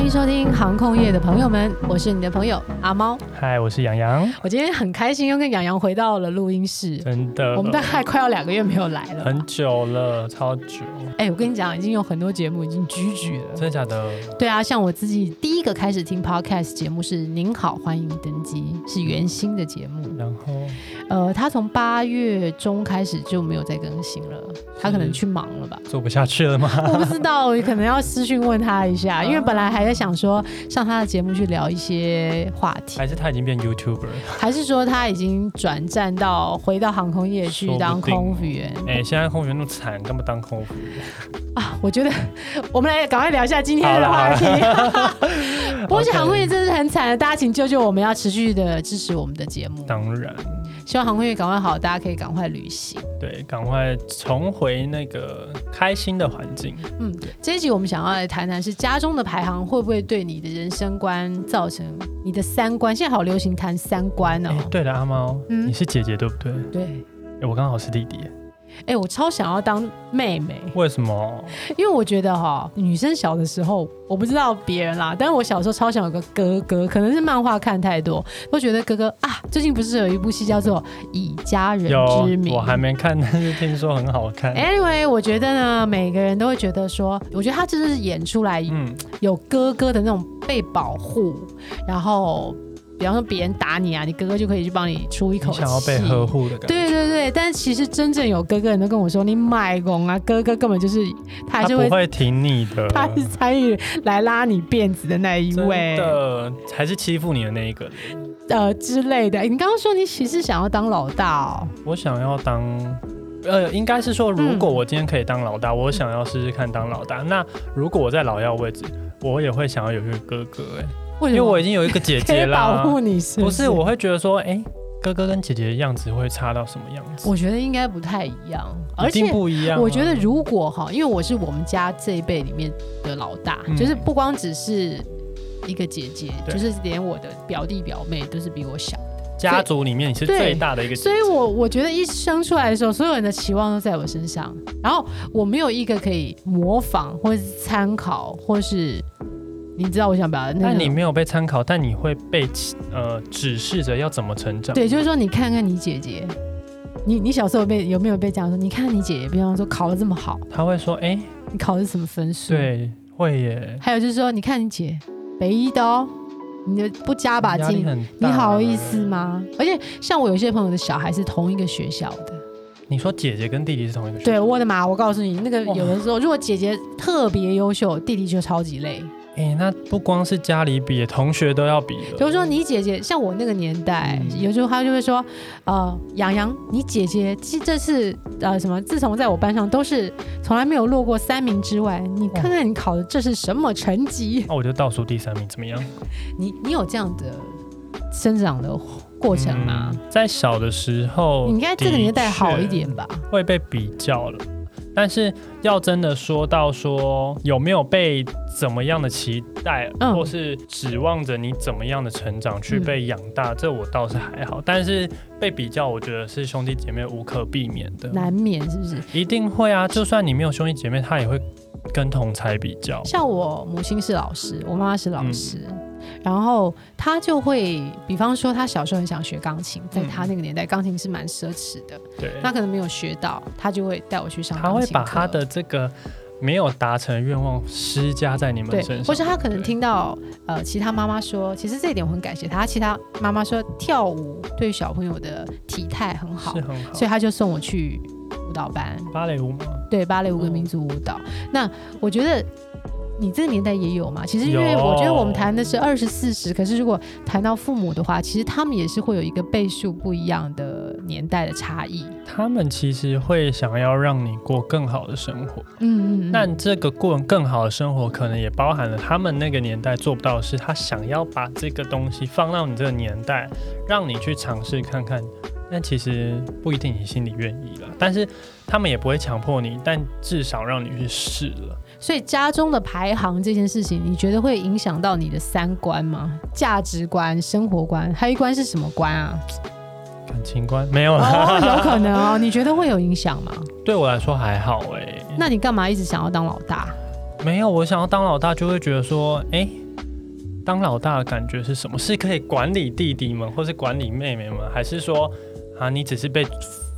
迎收听航空业的朋友们，我是你的朋友阿猫。嗨，我是杨洋，我今天很开心，又跟杨洋回到了录音室。真的，我们大概快要两个月没有来了吧。很久了，超久，哎、我跟你讲，已经有很多节目已经居居了。真的假的？对啊，像我自己第一个开始听 podcast 节目是《您好，欢迎登机》，是原新的节目。然后呃，他从八月中开始就没有再更新了，他可能去忙了吧。做不下去了吗？我不知道，我可能要私讯问他一 下，因为本来还在想说上他的节目去聊一些话题，还是他已经变 YouTuber？还是说他已经转战到回到航空业去说不定哦当空服员哎、现在空服员那么惨，干嘛当空服员？啊？我觉得我们来赶快聊一下今天的好话啦 题。 不过 OK 是航空业真的是很惨的，啊大家请救救我们，要持续的支持我们的节目，当然，希望航空业赶快好，大家可以赶快旅行。对，赶快重回那个开心的环境。嗯，这一集我们想要来谈谈是家中的排行会不会对你的人生观造成你的三观？现在好流行谈三观哦。哎、对了，阿猫，嗯你是姐姐对不对？对，哎我刚好是弟弟，哎、我超想要当妹妹，为什么？因为我觉得哈，女生小的时候，我不知道别人啦，但是我小时候超想有个哥哥，可能是漫画看太多，都觉得哥哥啊。最近不是有一部戏叫做《以家人有之名》，我还没看，但是听说很好看。 Anyway，我觉得呢，每个人都会觉得说，我觉得他真的是演出来嗯，有哥哥的那种被保护，然后比方说别人打你啊，你哥哥就可以去帮你出一口你气，想要被呵护的感觉。对对对，但其实真正有哥哥的人都跟我说，你买拱啊，哥哥根本就是他还他是不会，会挺你的，他是参与来拉你辫子的那一真位，的还是欺负你的那一个。呃之类的。你刚刚说你其实想要当老大哦，我想要当，呃，应该是说，如果我今天可以当老大，嗯我想要试试看当老大。那如果我在老幺位置，我也会想要有一个哥哥、欸，为因什为么我已经有一个姐嗯 可姐以保啦。护你是不是？是，我会觉得说，哎、哥哥跟姐姐的样子会差到什么样子？我觉得应该不太一样，而一定且。不一样啊、我觉得如果哈，因为我是我们家这一辈里面的老大，嗯就是不光只是一个姐姐，对就是连我的表弟表妹都是比我小，家族里面你是对最大的一个姐姐，所以我我觉得一生出来的时候，所有人的期望都在我身上，然后我没有一个可以模仿或是参考，或是你知道我想表达的那但种你没有被参考，但你会被呃指示着要怎么成长。对，就是说你看看你姐姐。你你小时候有被有没有被讲说？你看你姐姐，比方说考得这么好，他会说，哎、你考的是什么分数？对，会耶，还有就是说，你看你姐北一的哦，你的不加把压力劲，很你大好意思欸？吗？而且像我有些朋友的小孩是同一个学校的，你说姐姐跟弟弟是同一个学对，我的妈！我告诉你，那个哇有的时候，如果姐姐特别优秀，弟弟就超级累。哎、那不光是家里比，同学都要比比的。如说你姐姐，像我那个年代，嗯有时候他就会说，呃，洋洋，你姐姐这这次呃什么，自从在我班上都是从来没有落过三名之外，你看看你考的这是什么成 绩？那我就倒数第三名，怎么样？你你有这样的生长的过程吗？嗯在小的时候，你应该这个年代好一点，吧？会被比较了。但是要真的说到说有没有被怎么样的期待，嗯或是指望着你怎么样的成长去嗯被养大，这我倒是还好。但是被比较，我觉得是兄弟姐妹无可避免的，难免是不是？一定会啊。就算你没有兄弟姐妹，他也会跟同才比较。像我母亲是老师，我妈妈是老嗯师，然后她就会，比方说她小时候很想学钢琴，在她那个年代，钢琴是蛮奢侈的，对，她可能没有学到，她就会带我去上他钢嗯会琴把课他的这个没有达成的愿望施加在你们对，身上，或是她可能对听到呃其他妈妈说，其实这一点我很感谢她，其他妈妈说跳舞对小朋友的体态很好是，很好。所以她就送我去舞蹈班，芭蕾舞吗？对芭蕾舞跟嗯民族舞蹈。那我觉得你这个年代也有嘛？其实因为有我觉得我们谈的是二十四十，可是如果谈到父母的话，其实他们也是会有一个倍数不一样的年代的差异。他们其实会想要让你过更好的生活，嗯嗯，但这个过更好的生活，可能也包含了他们那个年代做不到的事。他想要把这个东西放到你这个年代，让你去尝试看看。但其实不一定你心里愿意了，但是他们也不会强迫你，但至少让你去试了。所以家中的排行这件事情，你觉得会影响到你的三观吗？价值观、生活观，还有一关是什么观 啊？感情观没有啦，哦，有可能哦。你觉得会有影响吗？对我来说还好哎、那你干嘛一直想要当老大？没有，我想要当老大，就会觉得说，哎、当老大的感觉是什么？是可以管理弟弟们，或是管理妹妹们，还是说啊，你只是被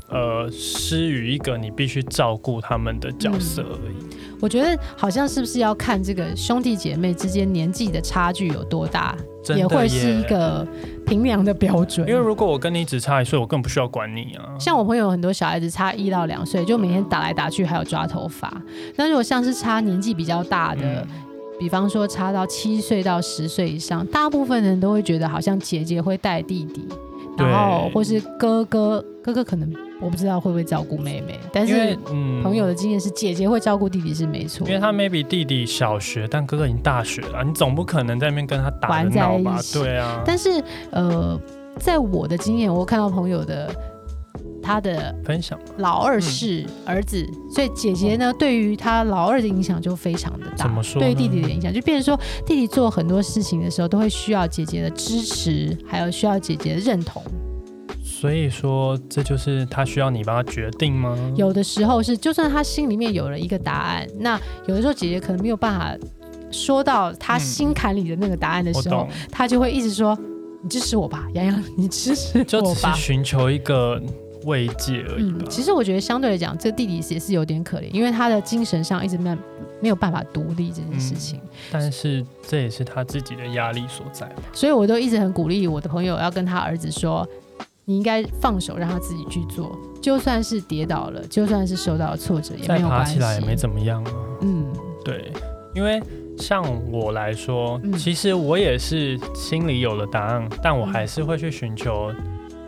呃施予一个你必须照顾他们的角色而已？我觉得好像是不是要看这个兄弟姐妹之间年纪的差距有多大，真的也会耶是一个评量的标准。因为如果我跟你只差一岁，我更不需要管你啊。像我朋友有很多小孩子差一到两岁，就每天打来打去，还有抓头发。那如果像是差年纪比较大嗯的，比方说差到七岁到十岁以上，大部分人都会觉得好像姐姐会带弟弟，对然后或是哥哥，哥哥可能我不知道会不会照顾妹妹，但因为是嗯朋友的经验是姐姐会照顾弟弟是没错因。为他 maybe 弟弟小学，但哥哥已经大学了，你总不可能在那边跟他打玩着在闹吧一？起对啊，但是呃，在我的经验，我看到朋友的他的分享老二嗯是儿子，所以姐姐呢，对于他老二的影响就非常的大。怎么说呢对弟弟的影响，就变成说弟弟做很多事情的时候，都会需要姐姐的支持，还有需要姐姐的认同。所以说这就是他需要你帮他决定吗？有的时候是，就算他心里面有了一个答案，那有的时候姐姐可能没有办法说到他心坎里的那个答案的我时候，懂，他就会一直说：“你支持我吧，洋洋，你支持我吧。” 就只 是寻求一个慰藉而已吧嗯，。其实我觉得相对来讲，这弟弟也是有点可怜，因为他的精神上一直没没有办法独立这件事情，但是这也是他自己的压力所在吧。所以我都一直很鼓励我的朋友要跟他儿子说，你应该放手让他自己去做，就算是跌倒了，就算是受到了挫折也再没有爬关系，起来也没怎么样啊。嗯，对，因为像我来说，嗯其实我也是心里有了答案，但我还是会去寻求，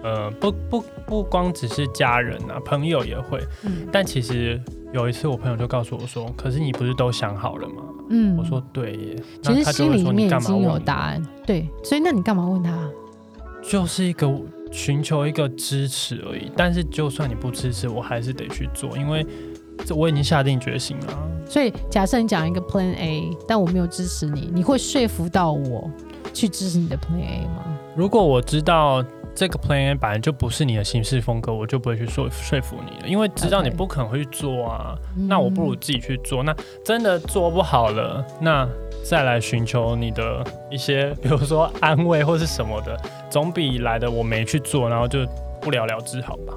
呃，不不不光只是家人啊，朋友也会。嗯但其实有一次，我朋友就告诉我说：“可是你不是都想好了吗？”嗯我说：“对耶。”其那实他就心会里说面你已干嘛经有问答案，对，所以那你干嘛问他？我，就是一个寻求一个支持而已。但是就算你不支持，我还是得去做，因为这我已经下定决心了。所以假设你讲一个 Plan A，但我没有支持你，你会说服到我去支持你的 Plan A 吗？如果我知道这个 plan A 本来就不是你的行事风格，我就不会去说说服你了，因为知道你 OK 嗯不可能会去做啊。那我不如自己去做。那真的做不好了，那再来寻求你的一些，比如说安慰或是什么的，总比来的我没去做，然后就不了了之好吧？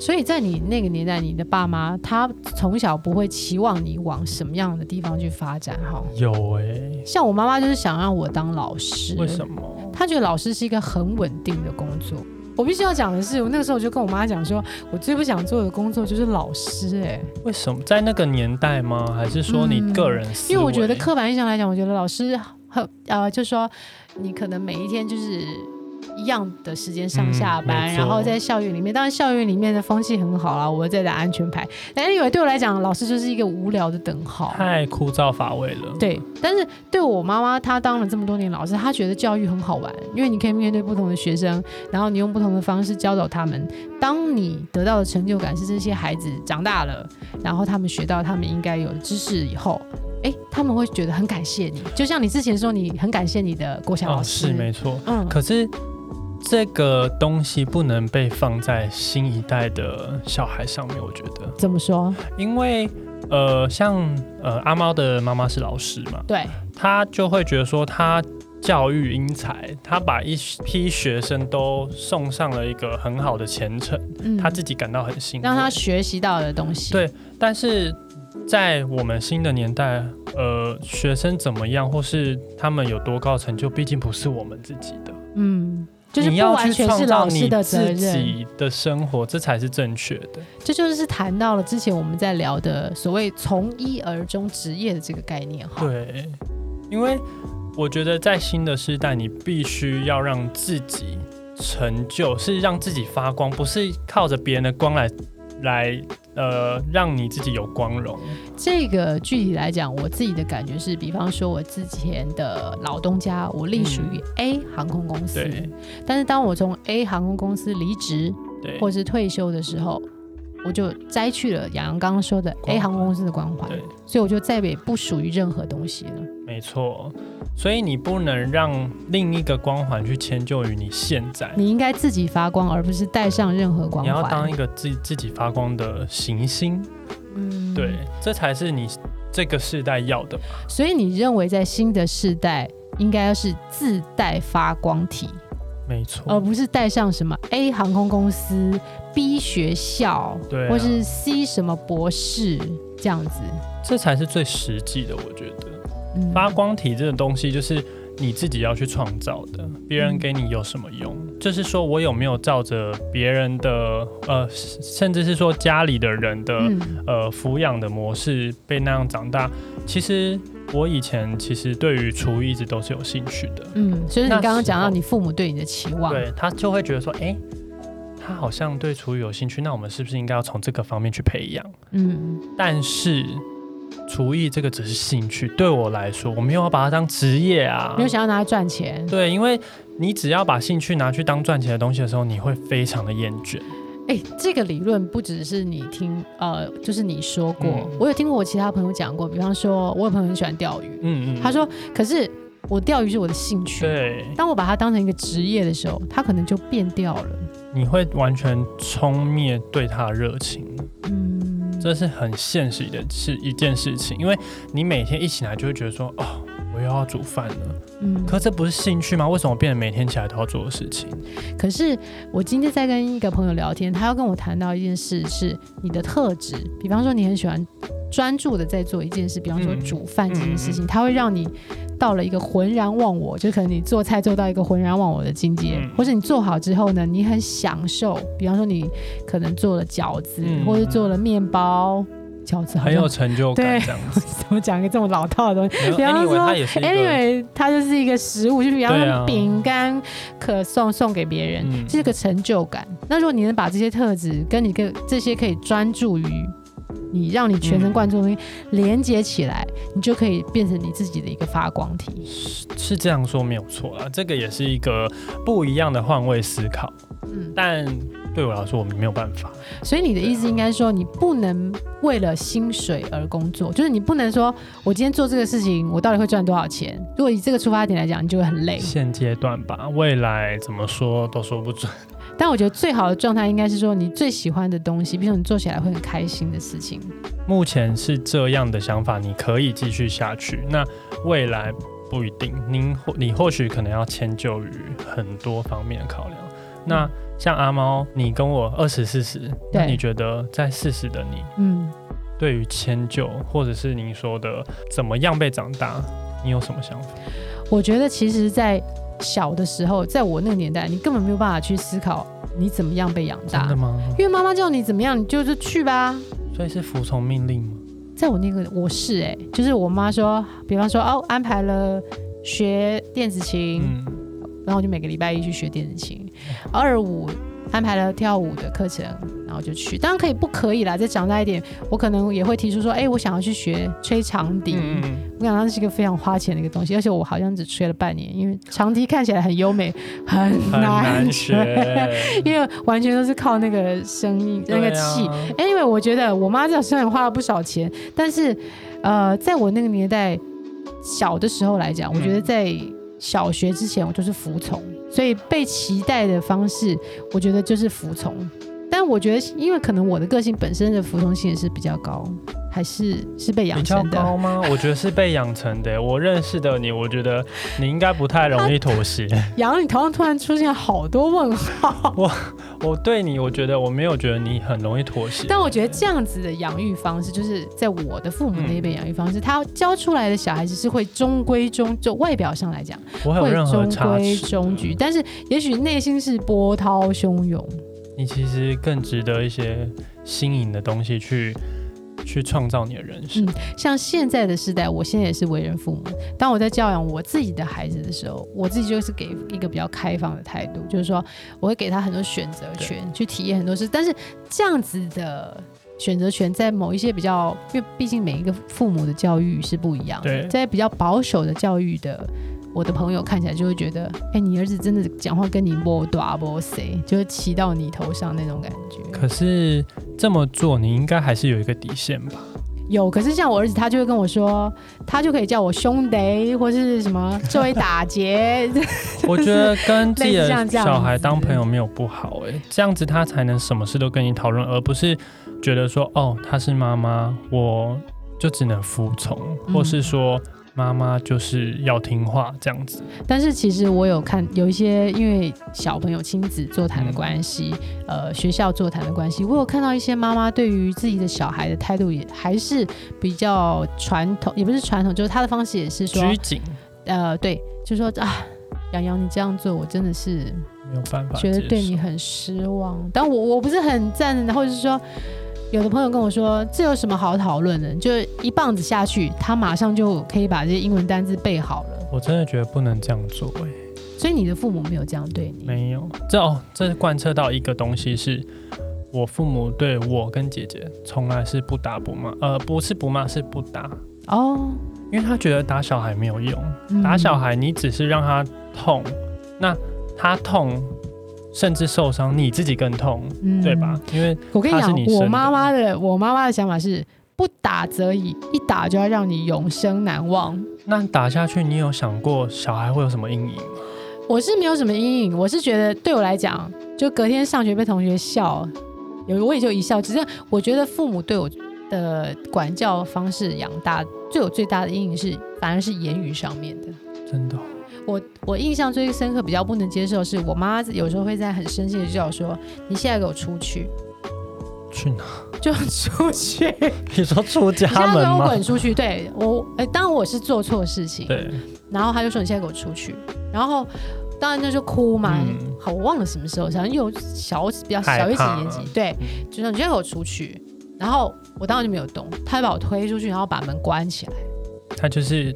所以在你那个年代，你的爸妈他从小不会期望你往什么样的地方去发展哈。有哎、像我妈妈就是想让我当老师，为什？么？她觉得老师是一个很稳定的工作。我必须要讲的是，我那个时候我就跟我妈讲说，我最不想做的工作就是老师、哎，为什么在那个年代吗？还是说你个人思嗯维、因为我觉得刻板印象来讲，我觉得老师很呃，就说你可能每一天就是一样的时间上下嗯班，没错然后在校园里面，当然校园里面的风气很好啦，我在打安全牌。但因为对我来讲，老师就是一个无聊的等号。太枯燥乏味了。对，但是对我妈妈，她当了这么多年老师，她觉得教育很好玩，因为你可以面对不同的学生，然后你用不同的方式教导他们。当你得到的成就感是这些孩子长大了，然后他们学到他们应该有的知识以后，哎，他们会觉得很感谢你。就像你之前说，你很感谢你的国小老哦，师，是没错。嗯，可是这个东西不能被放在新一代的小孩上面，我觉得，怎么说？因为呃，像呃阿猫的妈妈是老师嘛，对，她就会觉得说她教育英才，她把一批学生都送上了一个很好的前程，嗯，她自己感到很幸福。让他学习到的东西，对但是在我们新的年代，呃，学生怎么样，或是他们有多高成就，毕竟不是我们自己的。嗯，就是你不要完去全创是造老你师的责自任。己的生活，这才是正确的。这就是谈到了之前我们在聊的所谓从一而终职业的这个概念哈。对，因为我觉得在新的时代，你必须要让自己成就，是让自己发光，不是靠着别人的光来来呃让你自己有光荣。这个具体来讲，我自己的感觉是，比方说我之前的老东家，我隶属于 A 航空公司，嗯对但是当我从 A 航空公司离职对或是退休的时候，我就摘去了杨洋刚刚说的光环 A 航空公司的光环对，所以我就再也不属于任何东西了。没错。所以你不能让另一个光环去迁就于你现在，你应该自己发光，而不是带上任何光环。你要当一个自自己发光的行星。嗯对，这才是你这个世代要的吧。所以你认为在新的世代，应该要是自带发光体，没而错，不是带上什么 A 航空公司、B 学校，对啊或是 C 什么博士这样子。这才是最实际的，我觉得。嗯发光体这个东西就是你自己要去创造的，别人给你有什么用？嗯就是说我有没有照着别人的呃，甚至是说家里的人的、嗯呃抚养的模式被那样长大。其实我以前其实对于厨艺一直都是有兴趣的，嗯，所以你刚刚讲那时到候你父母对你的期望，对他就会觉得说，哎、他好像对厨艺有兴趣，那我们是不是应该要从这个方面去培养？嗯但是厨艺这个只是兴趣，对我来说，我没有要把它当职业啊没。有想要拿来赚钱。对，因为你只要把兴趣拿去当赚钱的东西的时候，你会非常的厌倦。哎、这个理论不只是你听，呃，就是你说过，嗯我有听过我其他朋友讲过，比方说我有朋友很喜欢钓鱼，嗯嗯，他说，可是我钓鱼是我的兴趣，对，当我把它当成一个职业的时候，它可能就变掉了。你会完全冲灭对他的热情。嗯，这是很现实的是一件事情，因为你每天一起来就会觉得说，哦，我又要煮饭了。嗯可这不是兴趣吗？为什么变成每天起来都要做的事情？可是我今天在跟一个朋友聊天，他要跟我谈到一件事，是你的特质，比方说你很喜欢专注的在做一件事，比方说嗯煮饭这件事情，它会让你到了一个浑然忘我，就可能你做菜做到一个浑然忘我的境界，嗯或者你做好之后呢，你很享受，比方说你可能做了饺子，嗯或者做了面包，饺子好像 很有成就对感这 样子。怎么讲一个这么老套的东西。比然方后说啊 anyway，它也是一个 Anyway，它就是一个食物，就比方对啊说饼干、可送送给别人，嗯是一个成就感。那如果你能把这些特质跟你跟这些可以专注于你让你全神贯注的东西连接起来，你就可以变成你自己的一个发光体。是这样说没有错啊，这个也是一个不一样的换位思考。嗯，但对我来说，我们没有办法。所以你的意思应该说，你不能为了薪水而工作，就是你不能说我今天做这个事情，我到底会赚多少钱？如果以这个出发点来讲，你就会很累。现阶段吧，未来怎么说都说不准。但我觉得最好的状态应该是说你最喜欢的东西，比如说你做起来会很开心的事情。目前是这样的想法，你可以继续下去。那未来不一定，您或你或许可能要迁就于很多方面的考量。那像阿猫，你跟我二十四十，那嗯对你觉得在四十的你，嗯，对于迁就或者是您说的怎么样被长大，你有什么想法？我觉得其实，在小的时候，在我那个年代，你根本没有办法去思考你怎么样被养真大的，吗？因为妈妈叫你怎么样，你就是去吧。所以是服从命令吗？在我那个我是哎、就是我妈说，比方说哦，安排了学电子琴，嗯，然后我就每个礼拜一去学电子琴，二五安排了跳舞的课程，然后就去。当然可以不可以啦，再长大一点，我可能也会提出说，哎、我想要去学吹长笛。嗯嗯我想它是一个非常花钱的一个东西，而且我好像只吹了半年，因为长笛看起来很优美，很 嗯很难学， 因为完全都是靠那个声音、那个对啊气。Anyway，我觉得我妈这虽然花了不少钱，但是呃，在我那个年代小的时候来讲，我觉得嗯在小学之前我就是服从，所以被期待的方式，我觉得就是服从。但我觉得，因为可能我的个性本身的服从性也是比较高，还是是被比养较成的。高吗？我觉得是被养成的。我认识的你，我觉得你应该不太容易 妥协。杨，你头上突然出现好多问号。我对你，我觉得我没有觉得你很容易妥协。但我觉得这样子的养育方式，就是在我的父母那一辈养育方式，他教出来的小孩子是会中规中，就外表上来讲不会有会任何中差规池。中矩，但是也许内心是波涛汹涌。你其实更值得一些新颖的东西去去创造你的人生。像现在的时代，我现在也是为人父母。当我在教养我自己的孩子的时候，我自己就是给一个比较开放的态度，就是说我会给他很多选择权，去体验很多事。但是这样子的选择权，在某一些比较，因为毕竟每一个父母的教育是不一样的，对在比较保守的教育的。我的朋友看起来就会觉得，哎、你儿子真的讲话跟你波多波谁，就是骑到你头上那种感觉。可是这么做，你应该还是有一个底线吧？有，可是像我儿子，他就会跟我说，他就可以叫我兄弟或是什么呃作为打劫， 我觉得跟自己类似像的这样子小孩当朋友没有不好哎、这样子他才能什么事都跟你讨论，而不是觉得说哦，她是妈妈，我就只能服从，嗯或是说妈妈就是要听话这样子。但是其实我有看有一些，因为小朋友亲子座谈的关系，呃，学校座谈的关系，我有看到一些妈妈对于自己的小孩的态度也还是比较传统，也不是传统，就是她的方式也是说，拘谨呃，对，就说啊，洋洋你这样做，我真的是没有办法接觉受，得对你很失望。但我我不是很赞，或者是说，有的朋友跟我说，这有什么好讨论的？就一棒子下去，他马上就可以把这些英文单字背好了。我真的觉得不能这样做、欸，所以你的父母没有这样对你，没有，这哦，这是贯彻到一个东西是，我父母对我跟姐姐从来是不打不骂，呃，不是不骂，是不打，哦，因为他觉得打小孩没有用，嗯打小孩你只是让他痛，那他痛甚至受伤，你自己更痛，嗯对吧？？因为我跟你他是讲你，生我的妈妈的我妈妈的想法是，不打则已，一打就要让你永生难忘。那打下去，你有想过小孩会有什么阴影吗？我是没有什么阴影，我是觉得对我来讲，就隔天上学被同学笑，有我也就一笑。只是我觉得父母对我的管教方式养大，对我最大的阴影是，反而是言语上面的。真的哦、我我印象最深刻、比较不能接受的是，我妈妈有时候会在很生气的就叫我说：“你现在给我出去，去哪？就出去。” 你说出家你现在门给我吗？滚出去！对我，哎、当然我是做错事情，对，然后他就说你现在给我出去，然后当然那就哭嘛。嗯好，我忘了什么时候，好像有小比较害小一几怕嗯年级，对，就说你现在给我出去，然后我当然就没有动，他就把我推出去，然后把门关起来。他就是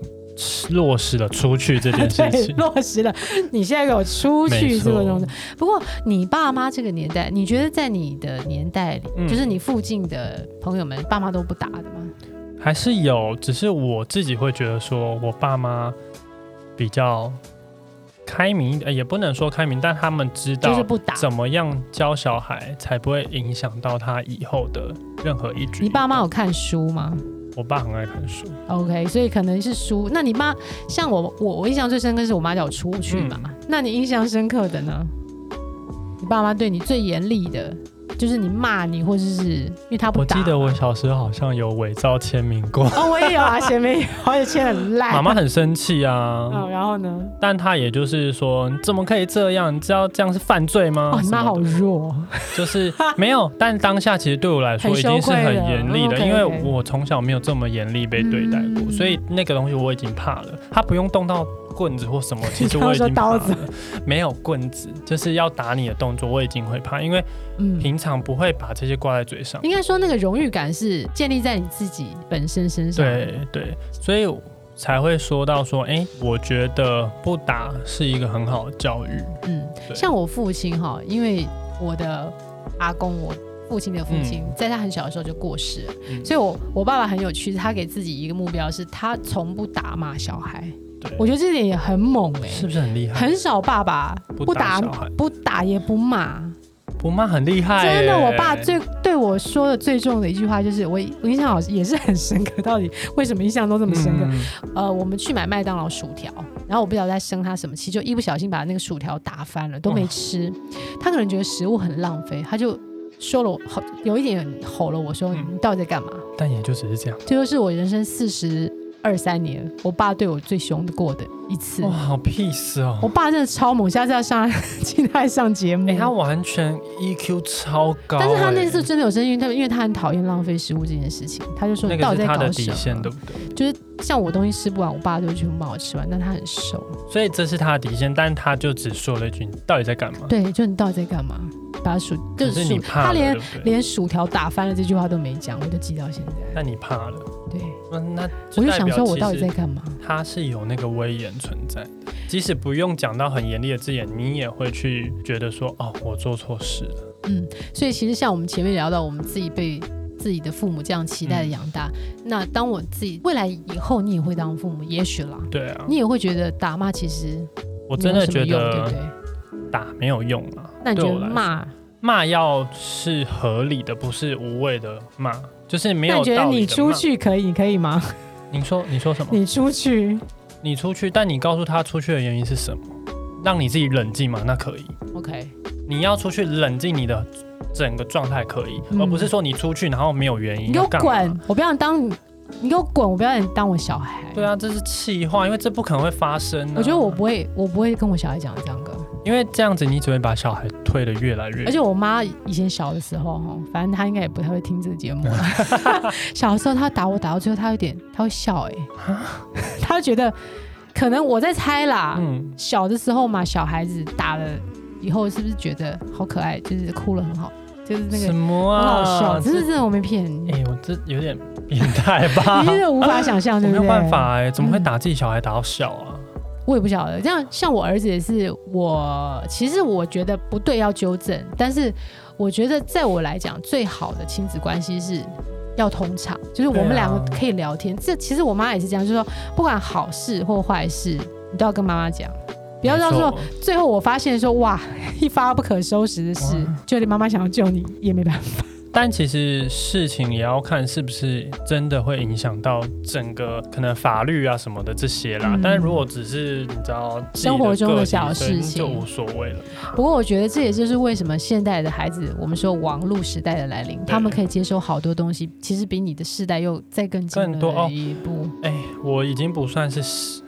落实了出去这件事 对， 情。落实了。你现在给我出去没这错个东西。不过你爸妈这个年代，你觉得在你的年代里，嗯就是你附近的朋友们，爸妈都不打的吗？还是有，只是我自己会觉得说，我爸妈比较开明、呃也不能说开明，但他们知就是道不打。怎么样教小孩才不会影响到他以后的任何一举。你爸妈？有看书吗？我爸很爱看书， OK，所以可能是书。那你妈像我，我我印象最深刻是我妈叫我出去嘛。嗯那你印象深刻的呢？你爸妈对你最严厉的，就是你骂你，或者是因为他不我打。记得我小时候好像有伪造签名过，哦，我也有啊，姐妹，而且签很烂。妈妈很生气啊，哎嗯，然后呢？但她也就是说，你怎么可以这样？你知道这样是犯罪吗？哦，你妈什么好的弱。就是没有，但当下其实对我来说很已经羞是愧很了严 厉的， OK，OK 因为我从小没有这么严厉被对待过，嗯所以那个东西我已经怕了。他不用动到棍子或 什么，其实刚刚我已经说刀怕子了。没有棍子，就是要打你的动作，我已经会怕，因为嗯，平常不会把这些挂在嘴上。应该说那个荣誉感是建立在你自己本身身上。，对对，所以才会说到说，哎、我觉得不打是一个很好的教育。嗯，对像我父亲哈，因为我的阿公，我父亲的父亲，在他很小的时候就过世了，嗯所以我我爸爸很有趣，他给自己一个目标是，他从不打骂小孩，对，我觉得这点也很猛哎、是不是很厉害？很少爸爸不打小孩，哎不打也不骂，不骂很厉害、真的，诶我爸最对我说的最重的一句话就是我我印象好也是很深刻，到底为什么印象都这么深刻？嗯呃，我们去买麦当劳薯条，然后我不晓得在生他什么气，就一不小心把那个薯条打翻了，都没哇吃。他可能觉得食物很浪费，他就说了我，吼，有一点吼了我说：“嗯你到底在干嘛但也就只是这样。？”这就是我人生四十二三年，我爸对我最凶的过的一次哇，。好 peace 我哦！爸真的超猛，下次要上他，请他来上节目。哎、他完全 EQ 超高、嗯但是他那次哎真的有生气，他因为他很讨厌浪费食物这件事情，他就说：“那你到个底是在他的搞底什线，么对不对？？”就是像我东西吃不完，我爸就全部帮我吃完，但他很瘦。所以这是他的底线，但他就只说了一句：“你到底在干嘛？”，对，就你到底在干嘛？把薯就可是薯你怕他了，连对不对？连薯条打翻了这句话都没讲，我就记到现在。但你怕了，对，那那我就代想表说，我其到底实在干嘛？他是有那个威严存在的，即使不用讲到很严厉的字眼，你也会去觉得说：“哦，我做错事了。嗯，所以其实像我们前面聊到，我们自己被自己的父母这样期待的嗯养大，那当我自己未来以后，你也会当父母，也许啦，”对啊，你也会觉得打骂其实没有我真的什么觉用对不得对？打没有用啊。那你觉对得我来说骂？骂要是合理的，不是无谓的骂，就是没有那你觉道理的嗯得骂。你出去可以，可以吗？ 你说你说什么？你出去你出去，但你告诉他出去的原因是什么，让你自己冷静嘛？那可以， ，OK？你要出去冷静你的整个状态可以，嗯而不是说你出去然后没有原因。你给我要干嘛滚！我不想当你给我滚！我不要让你当我小孩。对啊，这是气话，因为这不可能会发生、啊。我觉得我不会，我不会跟我小孩讲这样的。因为这样子，你只会把小孩推得越来越。而且我妈以前小的时候，哈，反正她应该也不太会听这个 节目了。小的时候，她打我打到最后，她有点，她会笑、欸，哎，她觉得可能我在猜啦。嗯，小的时候嘛，小孩子打了以后，是不是觉得好可爱？就是哭了很好，就是那什个么很好笑，啊？真是真的，我没骗你，哎、我这有点变态 吧你？真的无法想象，我对没不有对？办法哎、怎么会嗯打自己小孩打到笑啊？我也不晓得，这样像我儿子也是，我其实我觉得不对要纠正，但是我觉得在我来讲，最好的亲子关系是要通畅，就是我们对啊两个可以聊天。这其实我妈也是这样，就是说不管好事或坏事，你都要跟妈妈讲，不要到时候没错最后我发现说哇， 一发不可收拾的事哇，就连妈妈想要救你也没办法。但其实事情也要看是不是真的会影响到整个可能法律啊什么的这些啦。嗯但如果只是你知道自己生活中的个体小所事以情就无所谓了。不过我觉得这也就是为什么现代的孩子，我们说网络时代的来临，他们可以接收好多东西，其实比你的世代又再更进更多了哦一步。哎、我已经不算是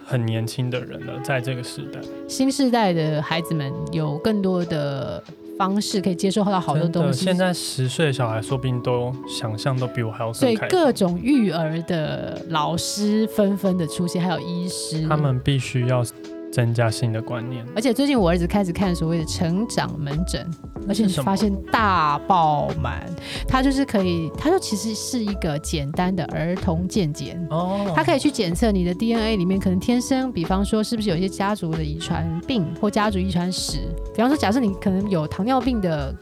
很年轻的人了，在这个时代，新世代的孩子们有更多的方式可以接收到好多真的东西，现在十岁的小孩说不定都想象都比我还要所更以开。各种育儿的老师纷纷的出现，还有医师，他们必须要增加新的观念。而且最近我儿子开始看所谓的成长门诊，而且是你什么发现大爆满，它就是可以，它就其实是一个简单的儿童健检。哦，它可以去检测你的 DNA 里面可能天生，比方说是不是有一些家族的遗传病或家族遗传史。比方说，假设你可能有糖尿病的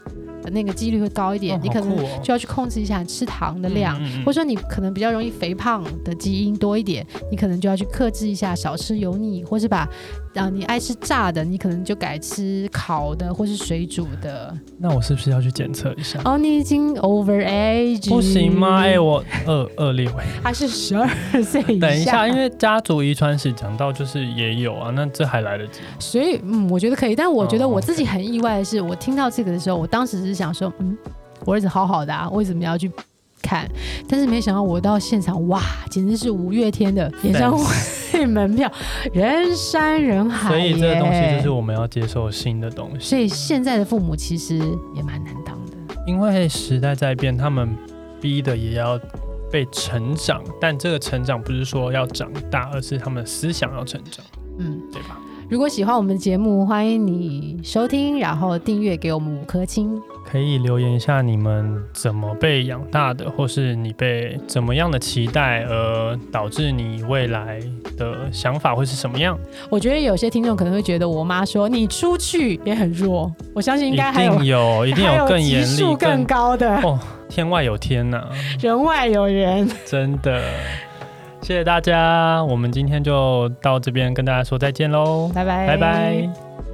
呃那个几率会高一点，哦你可能好酷哦就要去控制一下你吃糖的量。嗯嗯嗯或者说你可能比较容易肥胖的基因多一点，你可能就要去克制一下，少吃油腻，或是把，啊、你爱吃炸的，你可能就改吃烤的或是水煮的。那我是不是要去检测一下？哦，你已经 over age，不行吗？哎、我二二列位。还是十二岁 以等一下，因为家族遗传史讲到就是也有啊，那这还来得及。所以，嗯，我觉得可以，但我觉得哦我自己很意外的是，我听到这个的时候，我当时是想说，嗯，我儿子好好的啊，为什么要去看？但是没想到我到现场，哇，简直是五月天的演唱会门 票，人山人海所以这个东西就是耶我们要接受新的东西，所以现在的父母其实也蛮难当的。因为时代在变，他们逼的也要被成长，但这个成长不是说要长大，而是他们思想要成长，嗯，对吧？如果喜欢我们的节目，欢迎你收听，然后订阅给我们五颗星。可以留言一下你们怎么被养大的，或是你被怎么样的期待，而导致你未来的想法会是什么样？我觉得有些听众可能会觉得我妈说你出去也很弱，我相信应一该还有定有，一定还有更严级厉、数更高的，天外有天呐、人外有人。真的，谢谢大家，我们今天就到这边跟大家说再见喽，拜拜，拜拜